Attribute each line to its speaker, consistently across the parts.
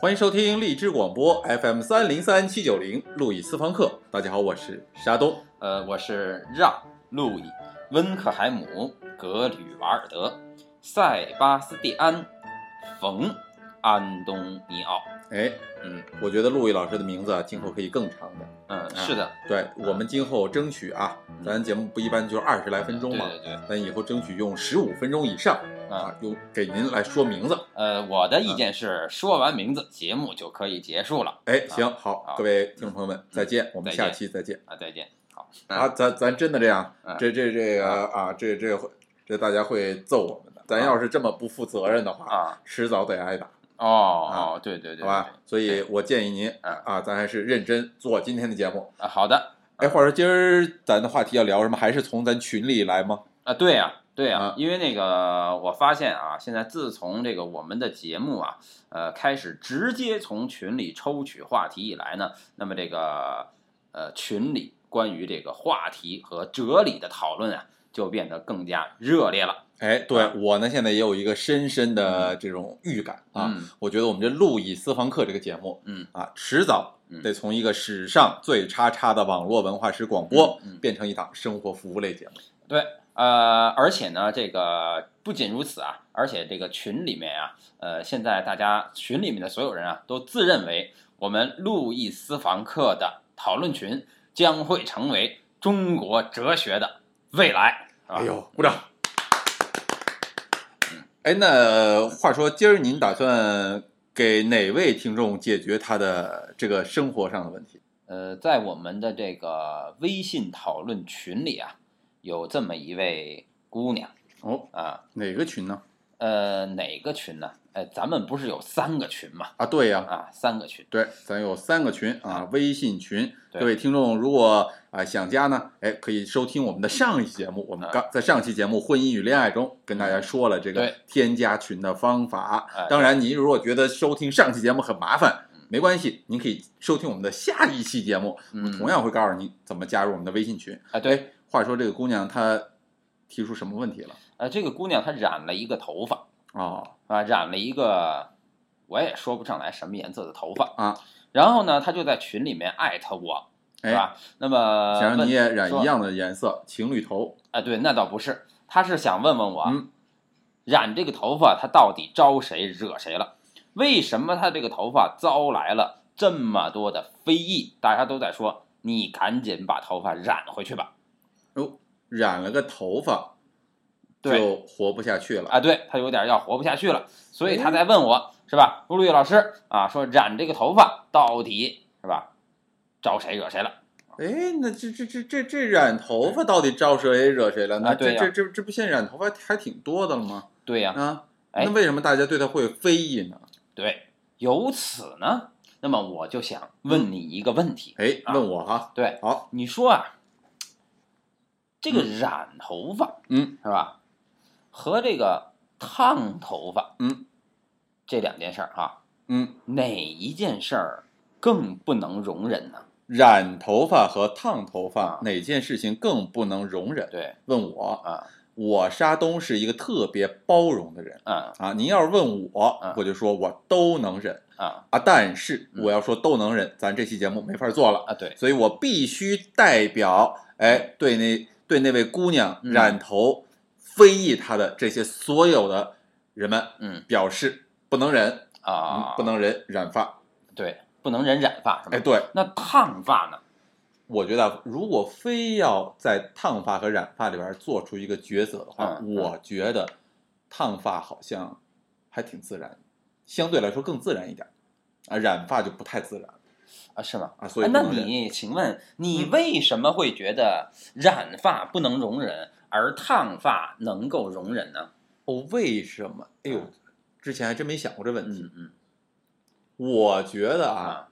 Speaker 1: 欢迎收听荔枝广播 FM 三零三七九零路易私房课。大家好，我是沙东。
Speaker 2: 呃，我是让路易温克海姆格吕瓦尔德塞巴斯蒂安冯安东尼奥。
Speaker 1: 哎，
Speaker 2: 嗯
Speaker 1: 我觉得路易老师的名字啊，今后可以更长的。
Speaker 2: 嗯，是的，
Speaker 1: 对我们今后争取啊，咱节目不一般就是二十来分钟
Speaker 2: 对
Speaker 1: 嘛，
Speaker 2: 对对，
Speaker 1: 咱以后争取用十五分钟以上
Speaker 2: 啊
Speaker 1: 啊，嗯用给您来说名字。
Speaker 2: 呃，我的意见是，说完名字，节目就可以结束了
Speaker 1: 哎，行，
Speaker 2: 好
Speaker 1: 好，各位听众朋友们，再见，我们下期再见。
Speaker 2: 啊！再见。好，
Speaker 1: 啊，咱咱真的这样
Speaker 2: 嗯，
Speaker 1: 这这这个啊，这这会这大家会揍我们的。咱要是这么不负责任的话，
Speaker 2: 啊，
Speaker 1: 迟早得挨打。
Speaker 2: 哦哦，对对对，
Speaker 1: 啊好吧？所以我建议您
Speaker 2: 嗯
Speaker 1: 啊，咱还是认真做今天的节目。
Speaker 2: 对对啊，好的
Speaker 1: 哎，话说今儿咱的话题要聊什么？还是从咱群里来吗？
Speaker 2: 啊，对呀、对呀、
Speaker 1: 啊
Speaker 2: 因为那个我发现啊，现在自从这个我们的节目啊，呃，开始直接从群里抽取话题以来呢，那么这个呃群里关于这个话题和哲理的讨论啊，就变得更加热烈了
Speaker 1: 哎，对
Speaker 2: 啊
Speaker 1: 我呢，现在也有一个深深的这种预感啊，
Speaker 2: 嗯
Speaker 1: 我觉得我们这《路易私房课》这个节目
Speaker 2: 嗯
Speaker 1: 啊，迟早
Speaker 2: 嗯
Speaker 1: 得从一个史上最叉叉的网络文化史广播
Speaker 2: 嗯嗯
Speaker 1: 变成一档生活服务类节目。
Speaker 2: 对，呃，而且呢，这个不仅如此啊，而且这个群里面啊，呃，现在大家群里面的所有人啊，都自认为我们路易私房课的讨论群将会成为中国哲学的未来。啊、
Speaker 1: 哎，呦，鼓掌！哎，那话说，今儿您打算给哪位听众解决他的这个生活上的问题？
Speaker 2: 呃，在我们的这个微信讨论群里啊，有这么一位姑娘
Speaker 1: 哦，
Speaker 2: 啊，
Speaker 1: 哪个群呢？
Speaker 2: 呃，哪个群呢？呃，咱们不是有三个群嘛？
Speaker 1: 啊，对呀、
Speaker 2: 啊，三个群。
Speaker 1: 对，咱有三个群啊，微信群。
Speaker 2: 对
Speaker 1: 各位听众，如果啊、想加呢，哎，可以收听我们的上一期节目。我们
Speaker 2: 嗯
Speaker 1: 刚在上期节目《婚姻与恋爱》中跟大家说了这个
Speaker 2: 对
Speaker 1: 添加群的方法
Speaker 2: 哎。
Speaker 1: 当然，您如果觉得收听上期节目很麻烦
Speaker 2: 嗯，
Speaker 1: 没关系，您可以收听我们的下一期节目，
Speaker 2: 嗯
Speaker 1: 我同样会告诉你怎么加入我们的微信群。哎
Speaker 2: 啊，对，
Speaker 1: 话说这个姑娘她提出什么问题了？
Speaker 2: 呃，这个姑娘她染了一个头发，
Speaker 1: 哦，
Speaker 2: 啊，染了一个我也说不上来什么颜色的头发
Speaker 1: 啊。
Speaker 2: 然后呢，他就在群里面艾特我，是
Speaker 1: 哎，
Speaker 2: 吧？那么
Speaker 1: 想让
Speaker 2: 呃问
Speaker 1: 你也染
Speaker 2: 说
Speaker 1: 一样的颜色，情侣头。
Speaker 2: 啊，对，那倒不是，他是想问问我，
Speaker 1: 嗯
Speaker 2: 染这个头发他到底招谁惹谁了？为什么他这个头发招来了这么多的非议？大家都在说，你赶紧把头发染回去吧。
Speaker 1: 哦，染了个头发，
Speaker 2: 对
Speaker 1: 就活不下去了。
Speaker 2: 啊，对他有点要活不下去了，所以他
Speaker 1: 哎
Speaker 2: 在问我是吧，陆毅老师啊，说染这个头发到底是吧，招谁惹谁了？
Speaker 1: 哎，那这这这这这染头发到底招谁惹谁了呢？
Speaker 2: 啊
Speaker 1: 这
Speaker 2: 对呀
Speaker 1: 这这这不现在染头发还挺多的了吗？
Speaker 2: 对呀、
Speaker 1: 啊，
Speaker 2: 哎
Speaker 1: 那为什么大家对他会有非议呢？
Speaker 2: 对，由此呢，那么我就想
Speaker 1: 嗯
Speaker 2: 问你一个问题，
Speaker 1: 哎，
Speaker 2: 啊
Speaker 1: 问我哈，
Speaker 2: 对，
Speaker 1: 好，
Speaker 2: 你说啊，这个染头发，
Speaker 1: 嗯，
Speaker 2: 是吧，和这个烫头发，
Speaker 1: 嗯，
Speaker 2: 这两件事儿哈，
Speaker 1: 嗯，
Speaker 2: 哪一件事儿更不能容忍呢？
Speaker 1: 染头发和烫头发
Speaker 2: 啊
Speaker 1: 哪件事情更不能容忍？
Speaker 2: 对，
Speaker 1: 问我，
Speaker 2: 啊，
Speaker 1: 我沙东是一个特别包容的人
Speaker 2: 嗯，
Speaker 1: 啊。您要是问我
Speaker 2: 啊，
Speaker 1: 我就说我都能忍
Speaker 2: 啊，
Speaker 1: 啊，但是
Speaker 2: 嗯
Speaker 1: 我要说都能忍，咱这期节目没法做了。
Speaker 2: 啊，对，
Speaker 1: 所以我必须代表，哎，对那对那位姑娘
Speaker 2: 嗯
Speaker 1: 染头非议她的这些所有的人们
Speaker 2: 嗯，
Speaker 1: 表示不能忍
Speaker 2: 啊，
Speaker 1: 嗯不能忍染发。
Speaker 2: 对，不能忍染发是吧？
Speaker 1: 哎，对，
Speaker 2: 那烫发呢？
Speaker 1: 我觉得啊如果非要在烫发和染发里边做出一个抉择的话，
Speaker 2: 嗯嗯
Speaker 1: 我觉得烫发好像还挺自然，相对来说更自然一点啊，染发就不太自然
Speaker 2: 啊，是吗？
Speaker 1: 啊，所以
Speaker 2: 哎
Speaker 1: 不
Speaker 2: 那
Speaker 1: 能忍
Speaker 2: 你请问
Speaker 1: 嗯
Speaker 2: 你为什么会觉得染发不能容忍，而烫发能够容忍呢？
Speaker 1: 哦，为什么？哎呦，之前还真没想过这问题。
Speaker 2: 嗯嗯
Speaker 1: 我觉得啊，
Speaker 2: 啊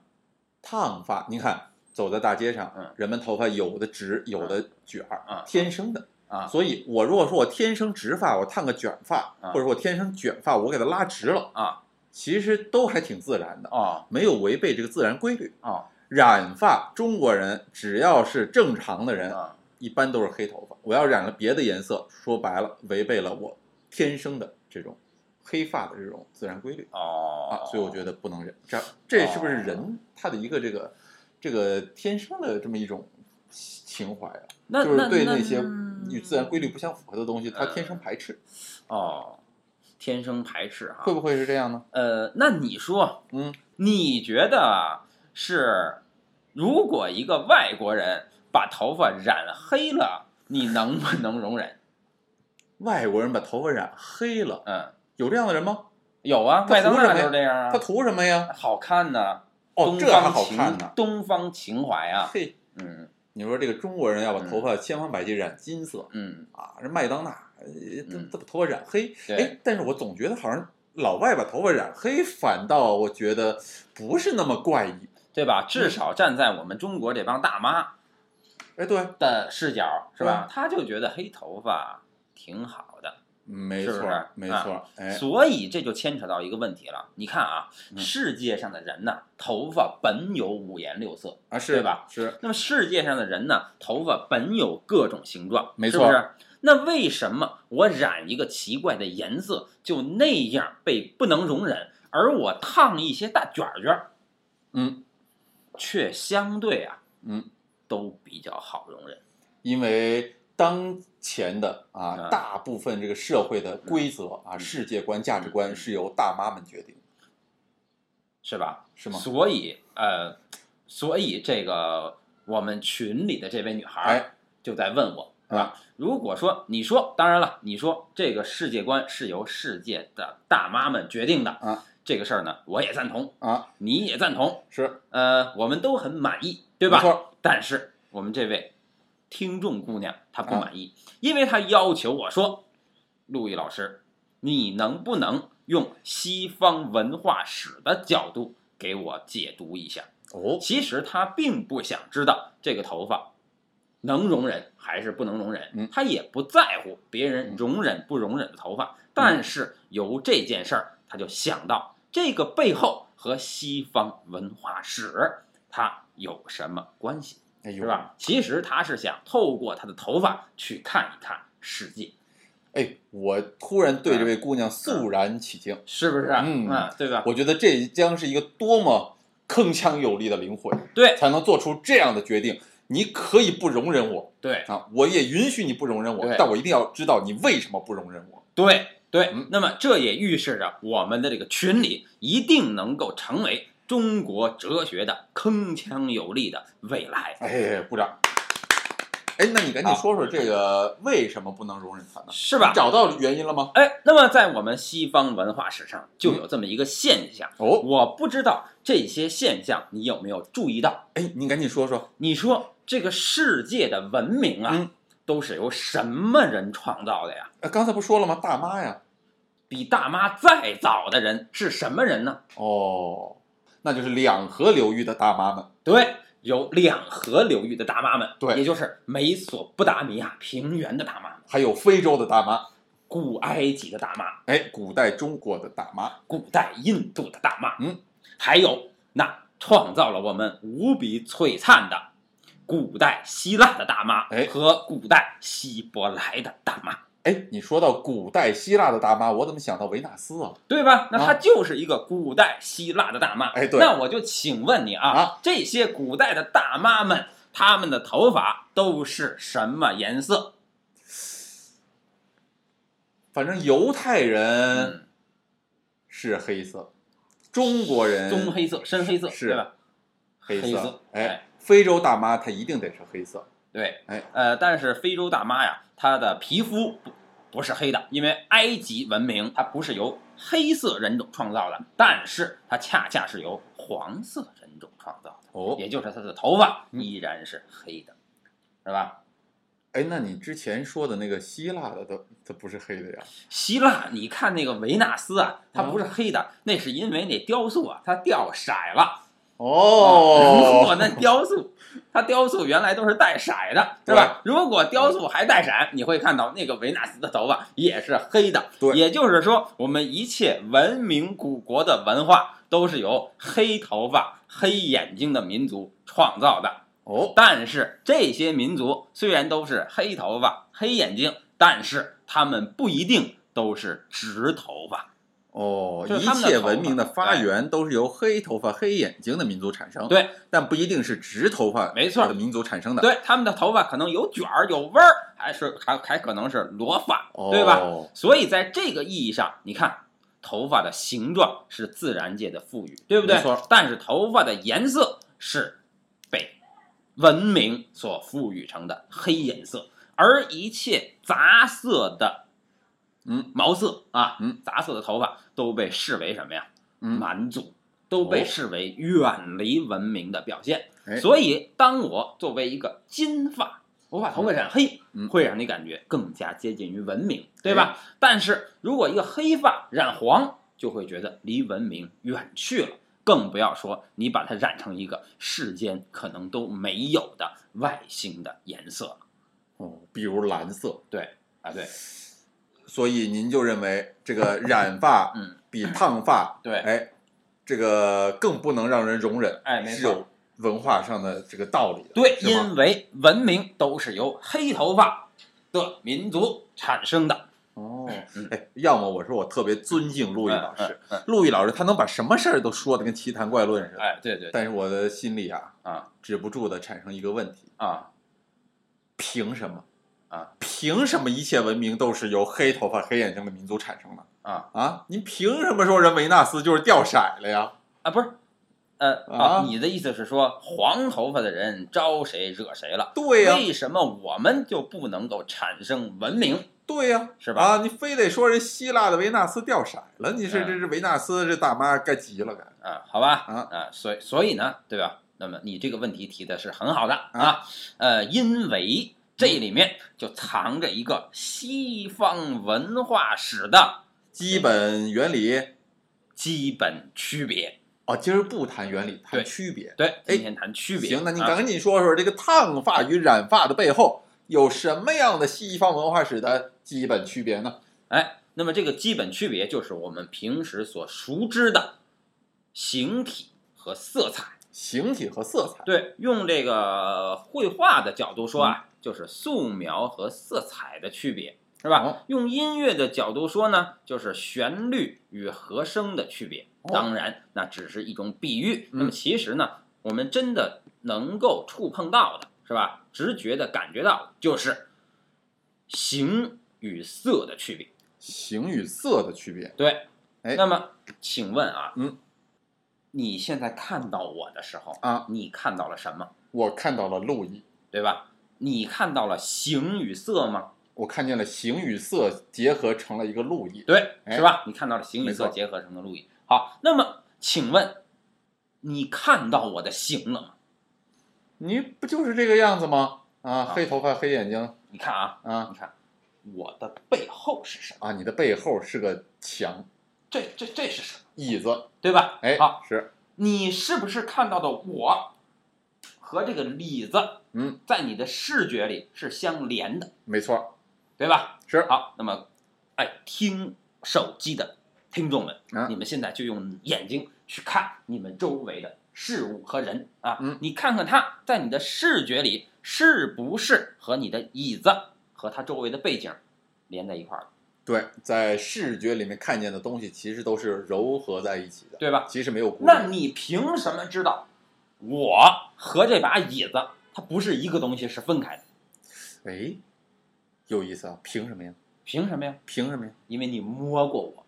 Speaker 1: 烫发，你看走在大街上，
Speaker 2: 嗯
Speaker 1: 人们头发有的直，有的卷儿，
Speaker 2: 啊
Speaker 1: 天生的。
Speaker 2: 啊
Speaker 1: 所以，我如果说我天生直发，我烫个卷发，
Speaker 2: 啊
Speaker 1: 或者说我天生卷发，我给它拉直了，
Speaker 2: 啊
Speaker 1: 其实都还挺自然的，
Speaker 2: 哦
Speaker 1: 没有违背这个自然规律。
Speaker 2: 哦
Speaker 1: 染发，中国人只要是正常的人，
Speaker 2: 啊
Speaker 1: 一般都是黑头发。我要染了别的颜色，说白了，违背了我天生的这种黑发的这种自然规律啊
Speaker 2: 哦，，
Speaker 1: 所以我觉得不能忍。这这是不是人他的一个这个这个天生的这么一种情怀啊？
Speaker 2: 那
Speaker 1: 就是对那些与
Speaker 2: 嗯
Speaker 1: 自然规律不相符合的东西，他天生排斥，
Speaker 2: 哦，天生排斥哈。
Speaker 1: 会不会是这样呢？
Speaker 2: 呃，那你说，
Speaker 1: 嗯，
Speaker 2: 你觉得是，如果一个外国人把头发染黑了，你能不能容忍？
Speaker 1: 外国人把头发染黑了，
Speaker 2: 嗯，
Speaker 1: 有这样的人吗？
Speaker 2: 有啊，
Speaker 1: 他
Speaker 2: 麦当
Speaker 1: 图什
Speaker 2: 娜
Speaker 1: 么呀
Speaker 2: 就是这样
Speaker 1: 他
Speaker 2: 啊，
Speaker 1: 图什么呀？
Speaker 2: 好看呢、
Speaker 1: 哦，
Speaker 2: 东
Speaker 1: 这还
Speaker 2: 方
Speaker 1: 好
Speaker 2: 情
Speaker 1: 看呢。
Speaker 2: 东方情怀啊，
Speaker 1: 嘿，
Speaker 2: 嗯
Speaker 1: 你说这个中国人要把头发千方百计染金色
Speaker 2: 嗯，
Speaker 1: 啊，这麦当娜呃
Speaker 2: 嗯
Speaker 1: 这把头发染黑，
Speaker 2: 对，
Speaker 1: 哎，但是我总觉得好像老外把头发染黑，反倒我觉得不是那么怪异。
Speaker 2: 对吧？至
Speaker 1: 嗯
Speaker 2: 少站在我们中国这帮大妈
Speaker 1: 哎，对，
Speaker 2: 的视角
Speaker 1: 嗯
Speaker 2: 是吧？她就觉得黑头发挺好的，
Speaker 1: 没
Speaker 2: 是不
Speaker 1: 错
Speaker 2: 啊是
Speaker 1: 儿，没错儿，哎，
Speaker 2: 所以这就牵扯到一个问题了。你看啊，
Speaker 1: 嗯
Speaker 2: 世界上的人呢，头发本有五颜六色，
Speaker 1: 啊是
Speaker 2: 对吧？
Speaker 1: 是
Speaker 2: 那么世界上的人呢，头发本有各种形状，
Speaker 1: 没
Speaker 2: 是
Speaker 1: 错
Speaker 2: 不是？那为什么我染一个奇怪的颜色就那样被不能容忍，而我烫一些大卷卷儿
Speaker 1: 嗯
Speaker 2: 却相对啊
Speaker 1: 嗯，
Speaker 2: 都比较好容忍？
Speaker 1: 因为当前的啊
Speaker 2: 嗯，
Speaker 1: 大部分这个社会的规则啊、世界观、价值
Speaker 2: 嗯
Speaker 1: 观是由大妈们决定，
Speaker 2: 是吧？
Speaker 1: 是吗？
Speaker 2: 所以呃，所以这个我们群里的这位女孩
Speaker 1: 哎啊
Speaker 2: 儿就在问我，是吧？如果说你说，当然了，你说这个世界观是由世界的大妈们决定的
Speaker 1: 啊，
Speaker 2: 这个事儿呢，我也赞同，
Speaker 1: 啊，
Speaker 2: 你也赞同，
Speaker 1: 是
Speaker 2: 呃，我们都很满意，对
Speaker 1: 没错
Speaker 2: 吧？
Speaker 1: 儿，
Speaker 2: 但是我们这位听众姑娘她不满意，
Speaker 1: 啊
Speaker 2: 因为她要求我说，陆毅老师，你能不能用西方文化史的角度给我解读一下？
Speaker 1: 哦，
Speaker 2: 其实她并不想知道这个头发。能容忍还是不能容
Speaker 1: 嗯
Speaker 2: 忍，她也不在乎别人容忍不容忍的头
Speaker 1: 嗯
Speaker 2: 发，但是由这件事儿，她就想到这个背后和西方文化史它有什么关系。
Speaker 1: 哎呦
Speaker 2: 是，吧？其实他是想透过他的头发去看一看世界，
Speaker 1: 哎，我突然
Speaker 2: 嗯
Speaker 1: 对这位姑娘肃然起敬，
Speaker 2: 是不是？
Speaker 1: 嗯
Speaker 2: 对吧？
Speaker 1: 我觉得这将是一个多么铿锵有力的灵魂，
Speaker 2: 对
Speaker 1: 才能做出这样的决定。你可以不容忍我
Speaker 2: 对
Speaker 1: 啊，我也允许你不容忍我，
Speaker 2: 对
Speaker 1: 但我一定要知道你为什么不容忍我。
Speaker 2: 对对
Speaker 1: 嗯。
Speaker 2: 那么这也预示着我们的这个群里一定能够成为中国哲学的铿锵有力的未来。
Speaker 1: 哎，鼓掌！哎，那你赶紧说说这个为什么不能容忍他呢？
Speaker 2: 是吧
Speaker 1: 你？找到原因了吗？
Speaker 2: 哎，那么在我们西方文化史上就有这么一个现象，
Speaker 1: 哦，
Speaker 2: 我不知道这些现象你有没有注意到？
Speaker 1: 哎，你赶紧说说。
Speaker 2: 你说这个世界的文明啊，
Speaker 1: 嗯
Speaker 2: 都是由什么人创造的呀？
Speaker 1: 呃，刚才不说了吗？大妈呀。
Speaker 2: 比大妈再早的人是什么人呢？
Speaker 1: 哦，那就是两河流域的大妈们。
Speaker 2: 对，有两河流域的大妈们，
Speaker 1: 对
Speaker 2: 也就是美索不达米亚平原的大妈、
Speaker 1: 还有非洲的大妈，
Speaker 2: 古埃及的大妈、
Speaker 1: 哎，古代中国的大妈，
Speaker 2: 古代印度的大妈，
Speaker 1: 嗯，
Speaker 2: 还有那创造了我们无比璀璨的古代希腊的大妈，
Speaker 1: 哎
Speaker 2: 和古代希伯来的大妈，
Speaker 1: 哎，你说到古代希腊的大妈，我怎么想到维纳斯啊？
Speaker 2: 对吧？那
Speaker 1: 啊
Speaker 2: 她就是一个古代希腊的大妈。
Speaker 1: 哎对
Speaker 2: 那我就请问你啊，
Speaker 1: 啊
Speaker 2: 这些古代的大妈们，她们的头发都是什么颜色？
Speaker 1: 反正犹太
Speaker 2: 嗯
Speaker 1: 人，是黑色，中国人
Speaker 2: 棕黑色、深黑色，
Speaker 1: 是
Speaker 2: 对吧？
Speaker 1: 黑
Speaker 2: 黑色
Speaker 1: 哎
Speaker 2: 哎，
Speaker 1: 非洲大妈她一定得是黑色，
Speaker 2: 对，
Speaker 1: 哎，
Speaker 2: 呃，但是非洲大妈呀，她的皮肤不不是黑的，因为埃及文明它不是由黑色人种创造的，但是它恰恰是由黄色人种创造的，
Speaker 1: 哦，
Speaker 2: 也就是她的头发
Speaker 1: 嗯
Speaker 2: 依然是黑的，是吧？
Speaker 1: 哎，那你之前说的那个希腊的，它它不是黑的呀？
Speaker 2: 希腊，你看那个维纳斯啊，它
Speaker 1: 嗯
Speaker 2: 不是黑的，那是因为那雕塑啊，它掉色了。 如果
Speaker 1: 哦，
Speaker 2: 那雕塑，它雕塑原来都是带色的，对吧？如果雕塑还带色，你会看到那个维纳斯的头发也是黑的。
Speaker 1: 对
Speaker 2: 也就是说，我们一切文明古国的文化都是由黑头发、黑眼睛的民族创造的。
Speaker 1: 哦，
Speaker 2: 但是这些民族虽然都是黑头发、黑眼睛，但是他们不一定都是直头发。
Speaker 1: 哦，
Speaker 2: 就是
Speaker 1: 一
Speaker 2: 他们的
Speaker 1: 切
Speaker 2: 头
Speaker 1: 文
Speaker 2: 发
Speaker 1: 明的发
Speaker 2: 对
Speaker 1: 源都是由黑头发、黑眼睛的民族产生，，
Speaker 2: 对
Speaker 1: 但不一定是直头发
Speaker 2: 没错
Speaker 1: 的民族产生的，，
Speaker 2: 对，他们的头发可能有卷儿、有味儿，还是还还可能是裸发，
Speaker 1: 哦
Speaker 2: 对吧？？所以在这个意义上，你看头发的形状是自然界的赋予，对不对
Speaker 1: 没错？
Speaker 2: 但是头发的颜色是被文明所赋予成的黑颜色，而一切杂色的
Speaker 1: 嗯
Speaker 2: 毛色啊，
Speaker 1: 嗯，
Speaker 2: 杂色的头发都被视为什么呀？
Speaker 1: 嗯，
Speaker 2: 蛮族，都被
Speaker 1: 哦
Speaker 2: 视为远离文明的表
Speaker 1: 哎
Speaker 2: 现。所以，当我作为一个金发，我把头发染黑，
Speaker 1: 嗯
Speaker 2: 会让你感觉更加接近于文明，对吧？但是如果一个黑发染黄，就会觉得离文明远去了。更不要说你把它染成一个世间可能都没有的外星的颜色了
Speaker 1: 哦，比如蓝色，
Speaker 2: 啊！对
Speaker 1: 所以您就认为这个染发
Speaker 2: 嗯
Speaker 1: 比烫发，
Speaker 2: 对
Speaker 1: 哎，这个更不能让人容忍，
Speaker 2: 哎没错
Speaker 1: 是有文化上的这个道理的，
Speaker 2: 对，
Speaker 1: 是吗
Speaker 2: 因为文明都是由黑头发的民族产生的。
Speaker 1: 哦
Speaker 2: 嗯，
Speaker 1: 哎，要么我说我特别尊敬陆毅老师，
Speaker 2: 嗯，
Speaker 1: 陆毅老师他能把什么事儿都说的跟奇谈怪论似
Speaker 2: 嗯
Speaker 1: 的，
Speaker 2: 哎，对对对
Speaker 1: 但是我的心里啊
Speaker 2: 啊
Speaker 1: 止不住的产生一个问题：
Speaker 2: 啊。
Speaker 1: 凭什么
Speaker 2: 啊？
Speaker 1: 凭什么一切文明都是由黑头发、黑眼睛的民族产生的
Speaker 2: 啊
Speaker 1: 啊？您凭什么说人维纳斯就是掉色了呀？
Speaker 2: 啊，不是，呃
Speaker 1: 啊
Speaker 2: 你的意思是说黄头发的人招谁惹谁了？
Speaker 1: 对呀、
Speaker 2: 为什么我们就不能够产生文明？
Speaker 1: 对呀、
Speaker 2: 是吧？
Speaker 1: 啊，你非得说人希腊的维纳斯掉色了？你是
Speaker 2: 嗯
Speaker 1: 这是维纳斯这大妈该急了该？
Speaker 2: 啊，好吧，
Speaker 1: 啊
Speaker 2: 所以所以呢，对吧？那么你这个问题提的是很好的啊，
Speaker 1: 啊
Speaker 2: 呃，因为这里面就藏着一个西方文化史的
Speaker 1: 基本原理
Speaker 2: 基本区别。
Speaker 1: 哦，今儿不谈原理，
Speaker 2: 对
Speaker 1: 谈区别。
Speaker 2: 对，今天谈区别。
Speaker 1: 哎行，那你
Speaker 2: 啊
Speaker 1: 赶紧说说这个烫发与染发的背后有什么样的西方文化史的基本区别呢？
Speaker 2: 哎，那么这个基本区别就是我们平时所熟知的形体和色彩。
Speaker 1: 形体和色彩。
Speaker 2: 对，用这个绘画的角度说
Speaker 1: 嗯
Speaker 2: 啊，就是素描和色彩的区别，是吧？
Speaker 1: 哦
Speaker 2: 用音乐的角度说呢，就是旋律与和声的区别。
Speaker 1: 哦
Speaker 2: 当然，那只是一种比喻。
Speaker 1: 嗯
Speaker 2: 那么其实呢，我们真的能够触碰到的，是吧？直觉的感觉到的，就是形与色的区别。
Speaker 1: 形与色的区别。
Speaker 2: 对，
Speaker 1: 哎
Speaker 2: 那么请问啊，
Speaker 1: 嗯，
Speaker 2: 你现在看到我的时候
Speaker 1: 啊，
Speaker 2: 你看到了什么？
Speaker 1: 我看到了路易，
Speaker 2: 对吧？你看到了形与色吗？
Speaker 1: 我看见了形与色结合成了一个路易。
Speaker 2: 对，
Speaker 1: 哎
Speaker 2: 是吧？你看到了形与
Speaker 1: 没
Speaker 2: 色
Speaker 1: 错
Speaker 2: 结合成的路易。好，那么请问，你看到我的形了吗？
Speaker 1: 你不就是这个样子吗？啊，黑头发，黑眼睛
Speaker 2: 你看啊，
Speaker 1: 啊
Speaker 2: 你看我的背后是什么？
Speaker 1: 啊！你的背后是个墙
Speaker 2: 这这这是什么？
Speaker 1: 椅子，
Speaker 2: 对吧？
Speaker 1: 哎，
Speaker 2: 好，
Speaker 1: 是
Speaker 2: 你是不是看到的我和这个李子，
Speaker 1: 嗯，
Speaker 2: 在你的视觉里是相连的，
Speaker 1: 没错，
Speaker 2: 对吧？
Speaker 1: 是
Speaker 2: 好，那么，哎，听手机的听众们，
Speaker 1: 啊
Speaker 2: 你们现在就用眼睛去看你们周围的事物和人啊，
Speaker 1: 嗯
Speaker 2: 你看看它在你的视觉里是不是和你的椅子和它周围的背景连在一块儿了，
Speaker 1: 对，在视觉里面看见的东西其实都是糅合在一起的，
Speaker 2: 对吧？
Speaker 1: 其实没有孤
Speaker 2: 那
Speaker 1: 立。
Speaker 2: 你凭什么知道我和这把椅子它不是一个东西，是分开的？
Speaker 1: 哎，有意思啊！凭什么呀？
Speaker 2: 凭什么呀？
Speaker 1: 凭什么呀？
Speaker 2: 因为你摸过我。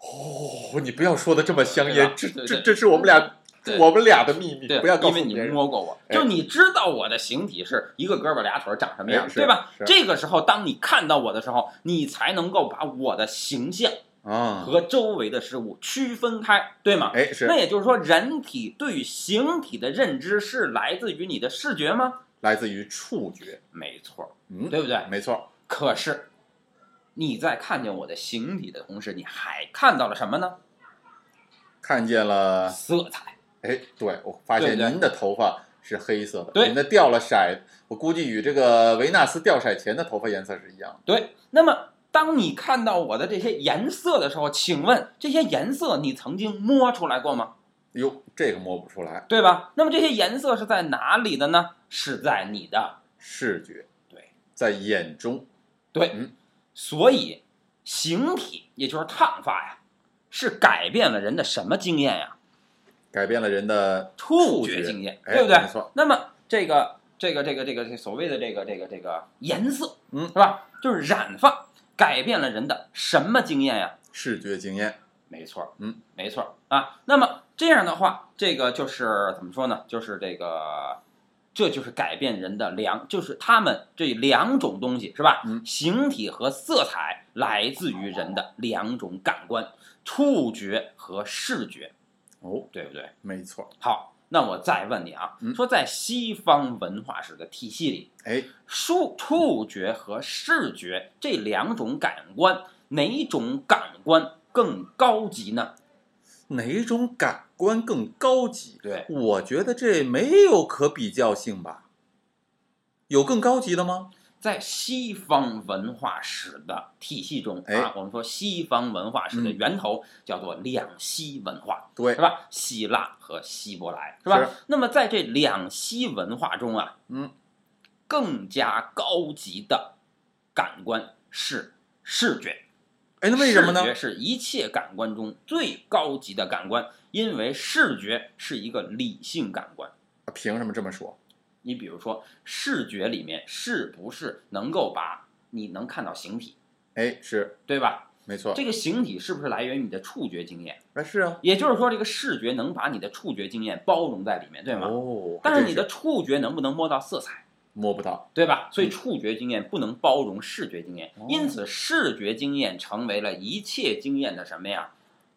Speaker 1: 哦，你不要说的这么香
Speaker 2: 对吧啊
Speaker 1: 烟，这
Speaker 2: 对
Speaker 1: 这
Speaker 2: 对
Speaker 1: 这是我们俩
Speaker 2: 对
Speaker 1: 我们俩的秘密，
Speaker 2: 对，
Speaker 1: 不要告
Speaker 2: 因
Speaker 1: 诉
Speaker 2: 为你
Speaker 1: 别人。
Speaker 2: 摸过我，
Speaker 1: 哎
Speaker 2: 就你知道我的形体是一个胳膊俩腿儿长什么样，
Speaker 1: 哎是
Speaker 2: 对吧
Speaker 1: 是？
Speaker 2: 这个时候，当你看到我的时候，你才能够把我的形象
Speaker 1: 啊，
Speaker 2: 和周围的事物区分开，对吗？
Speaker 1: 哎是
Speaker 2: 那也就是说，人体对于形体的认知是来自于你的视觉吗？
Speaker 1: 来自于触觉，
Speaker 2: 没错，
Speaker 1: 嗯，
Speaker 2: 对不对？
Speaker 1: 没错，
Speaker 2: 可是你在看见我的形体的同时，你还看到了什么呢？
Speaker 1: 看见了，
Speaker 2: 色彩。
Speaker 1: 哎，对我发
Speaker 2: 对
Speaker 1: 现
Speaker 2: 不对
Speaker 1: 您的头发是黑色的，
Speaker 2: 对
Speaker 1: 您的掉了色，我估计与这个维纳斯掉色前的头发颜色是一样的。
Speaker 2: 对，那么当你看到我的这些颜色的时候，请问这些颜色你曾经摸出来过吗？
Speaker 1: 哟，这个摸不出来，
Speaker 2: 对吧？那么这些颜色是在哪里的呢？是在你的
Speaker 1: 视觉，
Speaker 2: 对，
Speaker 1: 在眼中，
Speaker 2: 对，
Speaker 1: 嗯
Speaker 2: 所以形体也就是烫发呀，是改变了人的什么经验呀？
Speaker 1: 改变了人的
Speaker 2: 触
Speaker 1: 觉
Speaker 2: 觉经验，
Speaker 1: 哎
Speaker 2: 对不对
Speaker 1: 没？错，
Speaker 2: 那么这个这个这个这个这个所谓的这个这个这个颜色，
Speaker 1: 嗯
Speaker 2: 是吧？就是染发改变了人的什么经验呀？
Speaker 1: 视觉经验，
Speaker 2: 没错，
Speaker 1: 嗯，
Speaker 2: 没错啊。那么这样的话，这个就是怎么说呢？就是这个，这就是改变人的两，就是他们这两种东西是吧？
Speaker 1: 嗯
Speaker 2: 形体和色彩来自于人的两种感官，触觉和视觉，
Speaker 1: 哦，
Speaker 2: 对不对？
Speaker 1: 没错，
Speaker 2: 好，那我再问你啊，
Speaker 1: 嗯
Speaker 2: 说在西方文化史的体系里，
Speaker 1: 哎，
Speaker 2: 触触觉和视觉这两种感官，哪种感官更高级呢？
Speaker 1: 哪种感官更高级？
Speaker 2: 对，
Speaker 1: 我觉得这没有可比较性吧？有更高级的吗？
Speaker 2: 在西方文化史的体系中
Speaker 1: 哎
Speaker 2: 啊，我们说西方文化史的
Speaker 1: 嗯
Speaker 2: 源头叫做两西文化，
Speaker 1: 对
Speaker 2: 是，吧？希腊和希伯来，是吧
Speaker 1: 是？
Speaker 2: 那么在这两西文化中啊，
Speaker 1: 嗯，
Speaker 2: 更加高级的感官是视觉。
Speaker 1: 哎，那为什么呢
Speaker 2: 视？觉是一切感官中最高级的感官，因为视觉是一个理性感官。
Speaker 1: 啊凭什么这么说？
Speaker 2: 你比如说，视觉里面是不是能够把你能看到形体，
Speaker 1: 哎，是
Speaker 2: 对吧？
Speaker 1: 没错，
Speaker 2: 这个形体是不是来源于你的触觉经验？
Speaker 1: 哎是啊，
Speaker 2: 也就是说，这个视觉能把你的触觉经验包容在里面，对吗？
Speaker 1: 哦，
Speaker 2: 但
Speaker 1: 还
Speaker 2: 是
Speaker 1: 真
Speaker 2: 你的触觉能不能摸到色彩？
Speaker 1: 摸不到，
Speaker 2: 对吧？所以触觉经验不能包容视觉经验
Speaker 1: 哦，
Speaker 2: 因此视觉经验成为了一切经验的什么呀？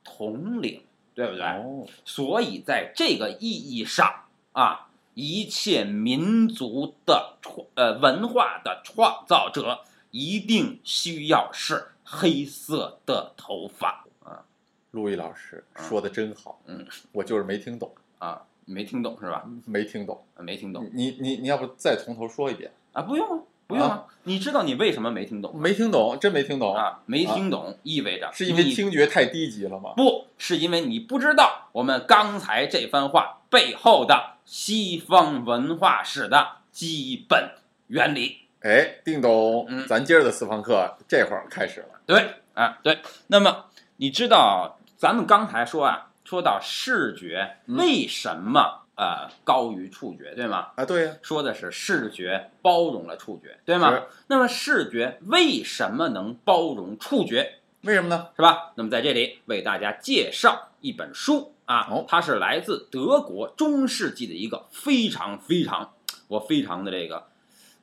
Speaker 2: 统领，对不对？
Speaker 1: 哦，
Speaker 2: 所以在这个意义上啊，一切民族的创呃文化的创造者一定需要是黑色的头发啊
Speaker 1: 陆毅老师
Speaker 2: 嗯
Speaker 1: 说的真好，
Speaker 2: 嗯，
Speaker 1: 我就是没听懂，
Speaker 2: 啊！你没听懂是吧？啊
Speaker 1: 没听懂，
Speaker 2: 没听懂
Speaker 1: 你你你要不再从头说一遍？
Speaker 2: 啊？不用啊，不用啊！你知道你为什么没听懂
Speaker 1: 没听懂，真没听懂，
Speaker 2: 啊？没听懂意味着
Speaker 1: 啊是因为
Speaker 2: 你
Speaker 1: 听觉太低级了吗？
Speaker 2: 不是因为你不知道我们刚才这番话背后的西方文化史的基本原理。
Speaker 1: 哎，丁懂，
Speaker 2: 嗯
Speaker 1: 咱今儿的私房课这会儿开始了，
Speaker 2: 对啊，对。那么你知道咱们刚才说啊，说到视觉
Speaker 1: 嗯
Speaker 2: 为什么、呃高于触觉，对吗？
Speaker 1: 啊，对呀，
Speaker 2: 说的是视觉包容了触觉，对吗
Speaker 1: 是？
Speaker 2: 那么视觉为什么能包容触觉？
Speaker 1: 为什么呢？
Speaker 2: 是吧？那么在这里为大家介绍一本书啊
Speaker 1: 哦，
Speaker 2: 它是来自德国中世纪的一个非常非常我非常的这个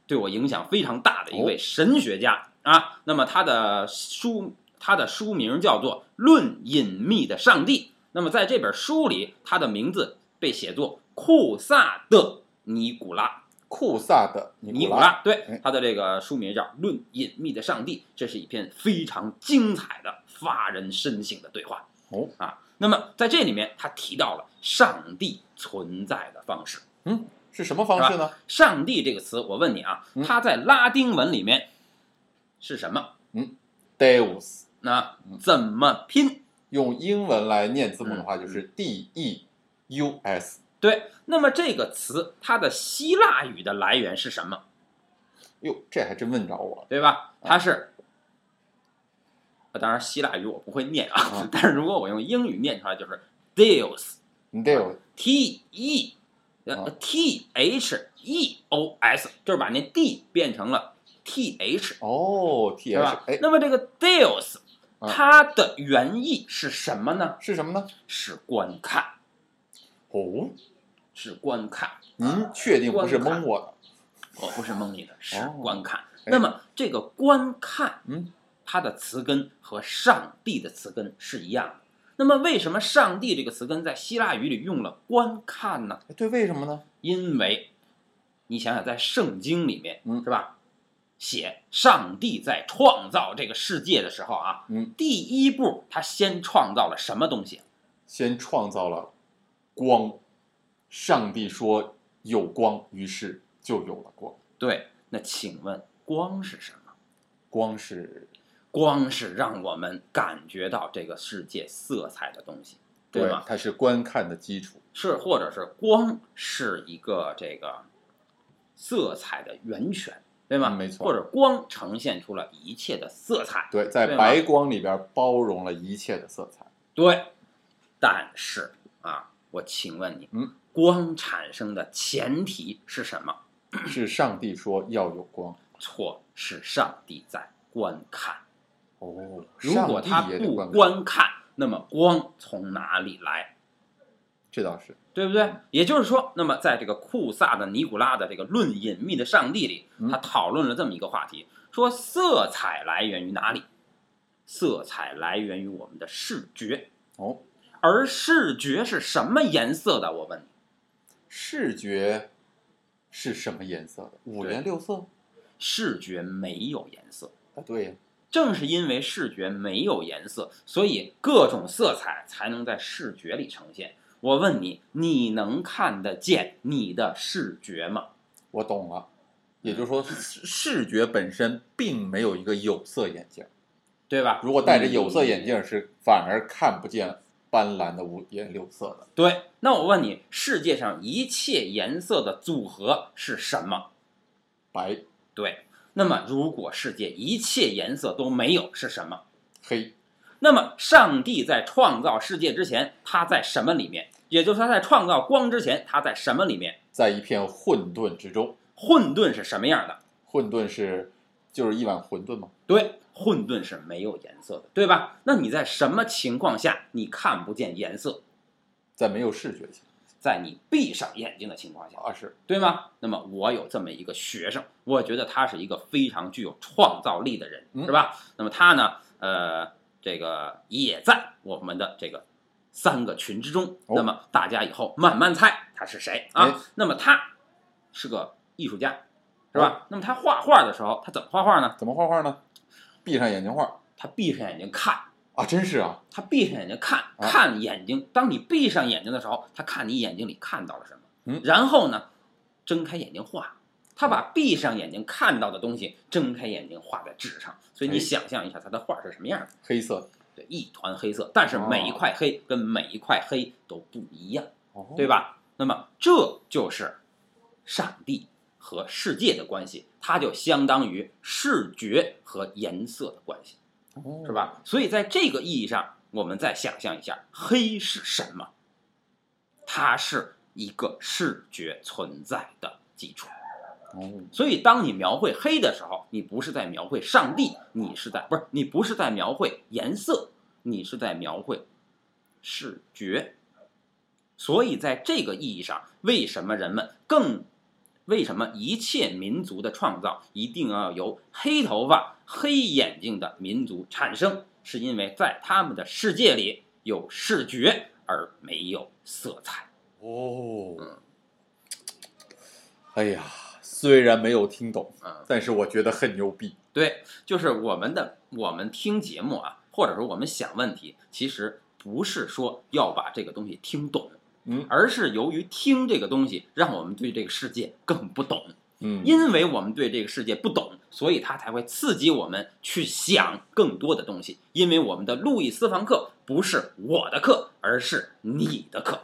Speaker 2: 对我影响非常大的一位神学家啊。那么他的书他的书名叫做《论隐秘的上帝》。那么在这本书里，他的名字被写作库萨的尼古拉。
Speaker 1: 库萨的
Speaker 2: 尼
Speaker 1: 尼
Speaker 2: 古
Speaker 1: 古拉，
Speaker 2: 拉，对
Speaker 1: 哎，
Speaker 2: 他的这个书名叫《论隐秘的上帝》，这是一篇非常精彩的、发人深省的对话。
Speaker 1: 哦
Speaker 2: 啊，那么在这里面，他提到了上帝存在的方式。
Speaker 1: 是什么方式呢？
Speaker 2: 上帝这个词，我问你啊
Speaker 1: 嗯，
Speaker 2: 它在拉丁文里面是什么？
Speaker 1: Deus，
Speaker 2: 那
Speaker 1: 嗯
Speaker 2: 怎么拼？
Speaker 1: 用英文来念字母的
Speaker 2: 嗯
Speaker 1: 话就是 D E U S。
Speaker 2: 对，那么这个词它的希腊语的来源是什么？
Speaker 1: 哟，这还真问着我了。
Speaker 2: 对吧？
Speaker 1: 啊
Speaker 2: 它是。呃当然，希腊语我不会念啊
Speaker 1: 嗯，
Speaker 2: 但是如果我用英语念出来，就是 Deus，
Speaker 1: Deus，
Speaker 2: T E 呃
Speaker 1: 啊
Speaker 2: T H E O S，就是把那 D 变成了 T H，
Speaker 1: 哦，T
Speaker 2: 对
Speaker 1: H，
Speaker 2: 吧
Speaker 1: 哎？，
Speaker 2: 那么这个 Deus，
Speaker 1: 啊
Speaker 2: 它的原意是什么呢？
Speaker 1: 是什么呢？
Speaker 2: 是观看，
Speaker 1: 哦，
Speaker 2: 是观看，
Speaker 1: 您确定不是
Speaker 2: 啊观看
Speaker 1: 蒙我的？
Speaker 2: 我不是蒙你的，是
Speaker 1: 哦
Speaker 2: 观看。
Speaker 1: 哎
Speaker 2: 那么这个观看，
Speaker 1: 嗯，
Speaker 2: 它的词根和上帝的词根是一样的。那么为什么上帝这个词根在希腊语里用了观看呢？
Speaker 1: 哎对，为什么呢？
Speaker 2: 因为你想想，在圣经里面，
Speaker 1: 嗯
Speaker 2: 是吧？写上帝在创造这个世界的时候啊，
Speaker 1: 嗯，
Speaker 2: 第一步他先创造了什么东西？啊
Speaker 1: 先创造了光，上帝说有光，于是就有了光。
Speaker 2: 对，那请问光是什么？
Speaker 1: 光是
Speaker 2: 光是让我们感觉到这个世界色彩的东西，对吗？
Speaker 1: 它是观看的基础。
Speaker 2: 是，或者是光是一个这个色彩的源泉，对吗？
Speaker 1: 嗯没错
Speaker 2: 或者光呈现出了一切的色彩，
Speaker 1: 对，在
Speaker 2: 对吗
Speaker 1: 白光里边包容了一切的色彩。
Speaker 2: 对，但是啊，我请问你，
Speaker 1: 嗯，
Speaker 2: 光产生的前提是什么？
Speaker 1: 是上帝说要有光
Speaker 2: 错，是上帝在观看。
Speaker 1: 哦，
Speaker 2: 如果他
Speaker 1: 上帝也得
Speaker 2: 不
Speaker 1: 观看，
Speaker 2: 观看，那么光从哪里来？
Speaker 1: 这倒是，
Speaker 2: 对不对
Speaker 1: 嗯？
Speaker 2: 也就是说，那么在这个库萨的尼古拉的这个《论隐秘的上帝》里，
Speaker 1: 嗯
Speaker 2: 他讨论了这么一个话题，说色彩来源于哪里？色彩来源于我们的视觉，
Speaker 1: 哦，
Speaker 2: 而视觉是什么颜色的？我问你，
Speaker 1: 视觉是什么颜色的？五
Speaker 2: 对
Speaker 1: 颜六色？
Speaker 2: 视觉没有颜色。
Speaker 1: 啊，对呀，
Speaker 2: 正是因为视觉没有颜色，所以各种色彩才能在视觉里呈现。我问你，你能看得见你的视觉吗？
Speaker 1: 我懂了。也
Speaker 2: 嗯
Speaker 1: 就是说，视视觉本身并没有一个有色眼镜。
Speaker 2: 对吧？
Speaker 1: 如果戴着有色眼
Speaker 2: 你，
Speaker 1: 镜，是反而看不见斑斓的五颜六色的。
Speaker 2: 对。那我问你，世界上一切颜色的组合是什么？
Speaker 1: 白、
Speaker 2: 对。那么，如果世界一切颜色都没有，是什么？
Speaker 1: 黑、
Speaker 2: 那么，上帝在创造世界之前，他在什么里面？也就是他在创造光之前，他在什么里面？
Speaker 1: 在一片混沌之中。
Speaker 2: 混沌是什么样的？
Speaker 1: 混沌是就是一碗馄饨嘛？
Speaker 2: 对，混沌是没有颜色的，对吧？那你在什么情况下你看不见颜色？
Speaker 1: 在没有视觉下
Speaker 2: 在你闭上眼睛的情况下，
Speaker 1: 啊，是
Speaker 2: 对吗？那么我有这么一个学生，我觉得他是一个非常具有创造力的人，
Speaker 1: 嗯
Speaker 2: 是吧？那么他呢，呃，这个也在我们的这个三个群之中。
Speaker 1: 哦
Speaker 2: 那么大家以后慢慢猜他是谁啊？
Speaker 1: 哎
Speaker 2: 那么他是个艺术家，是
Speaker 1: 哦
Speaker 2: 吧？那么他画画的时候，他怎么画画呢？
Speaker 1: 怎么画画呢？闭上眼睛画
Speaker 2: 他闭上眼睛看。
Speaker 1: 啊，真是啊，
Speaker 2: 他闭上眼睛看，
Speaker 1: 啊
Speaker 2: 看眼睛。当你闭上眼睛的时候，他看你眼睛里看到了什么。
Speaker 1: 嗯
Speaker 2: 然后呢，睁开眼睛画。他把闭上眼睛看到的东西，睁开眼睛画在纸上。所以你
Speaker 1: 哎
Speaker 2: 想象一下，他的画是什么样的？
Speaker 1: 黑色的
Speaker 2: 对，一团黑色，但是
Speaker 1: 哦
Speaker 2: 每一块黑跟每一块黑都不一样，
Speaker 1: 哦，
Speaker 2: 对吧？那么这就是上帝和世界的关系，它就相当于视觉和颜色的关系。
Speaker 1: 哦
Speaker 2: 是？吧？所以在这个意义上，我们再想象一下，黑是什么？它是一个视觉存在的基础。
Speaker 1: 哦，
Speaker 2: 所以，当你描绘黑的时候，你不是在描绘上帝，你是在不是你不是在描绘颜色，你是在描绘视觉。所以，在这个意义上，为什么人们更为什么一切民族的创造一定要由黑头发、黑眼睛的民族产生？是因为在他们的世界里有视觉而没有色彩。
Speaker 1: 哦
Speaker 2: 嗯，
Speaker 1: 哎呀，虽然没有听懂，
Speaker 2: 嗯，
Speaker 1: 但是我觉得很牛逼。
Speaker 2: 对，就是我们的我们听节目啊，或者说我们想问题，其实不是说要把这个东西听懂，
Speaker 1: 嗯
Speaker 2: 而是由于听这个东西，让我们对这个世界更不懂。
Speaker 1: 嗯，
Speaker 2: 因为我们对这个世界不懂，所以它才会刺激我们去想更多的东西。因为我们的路易斯房课不是我的课，而是你的课。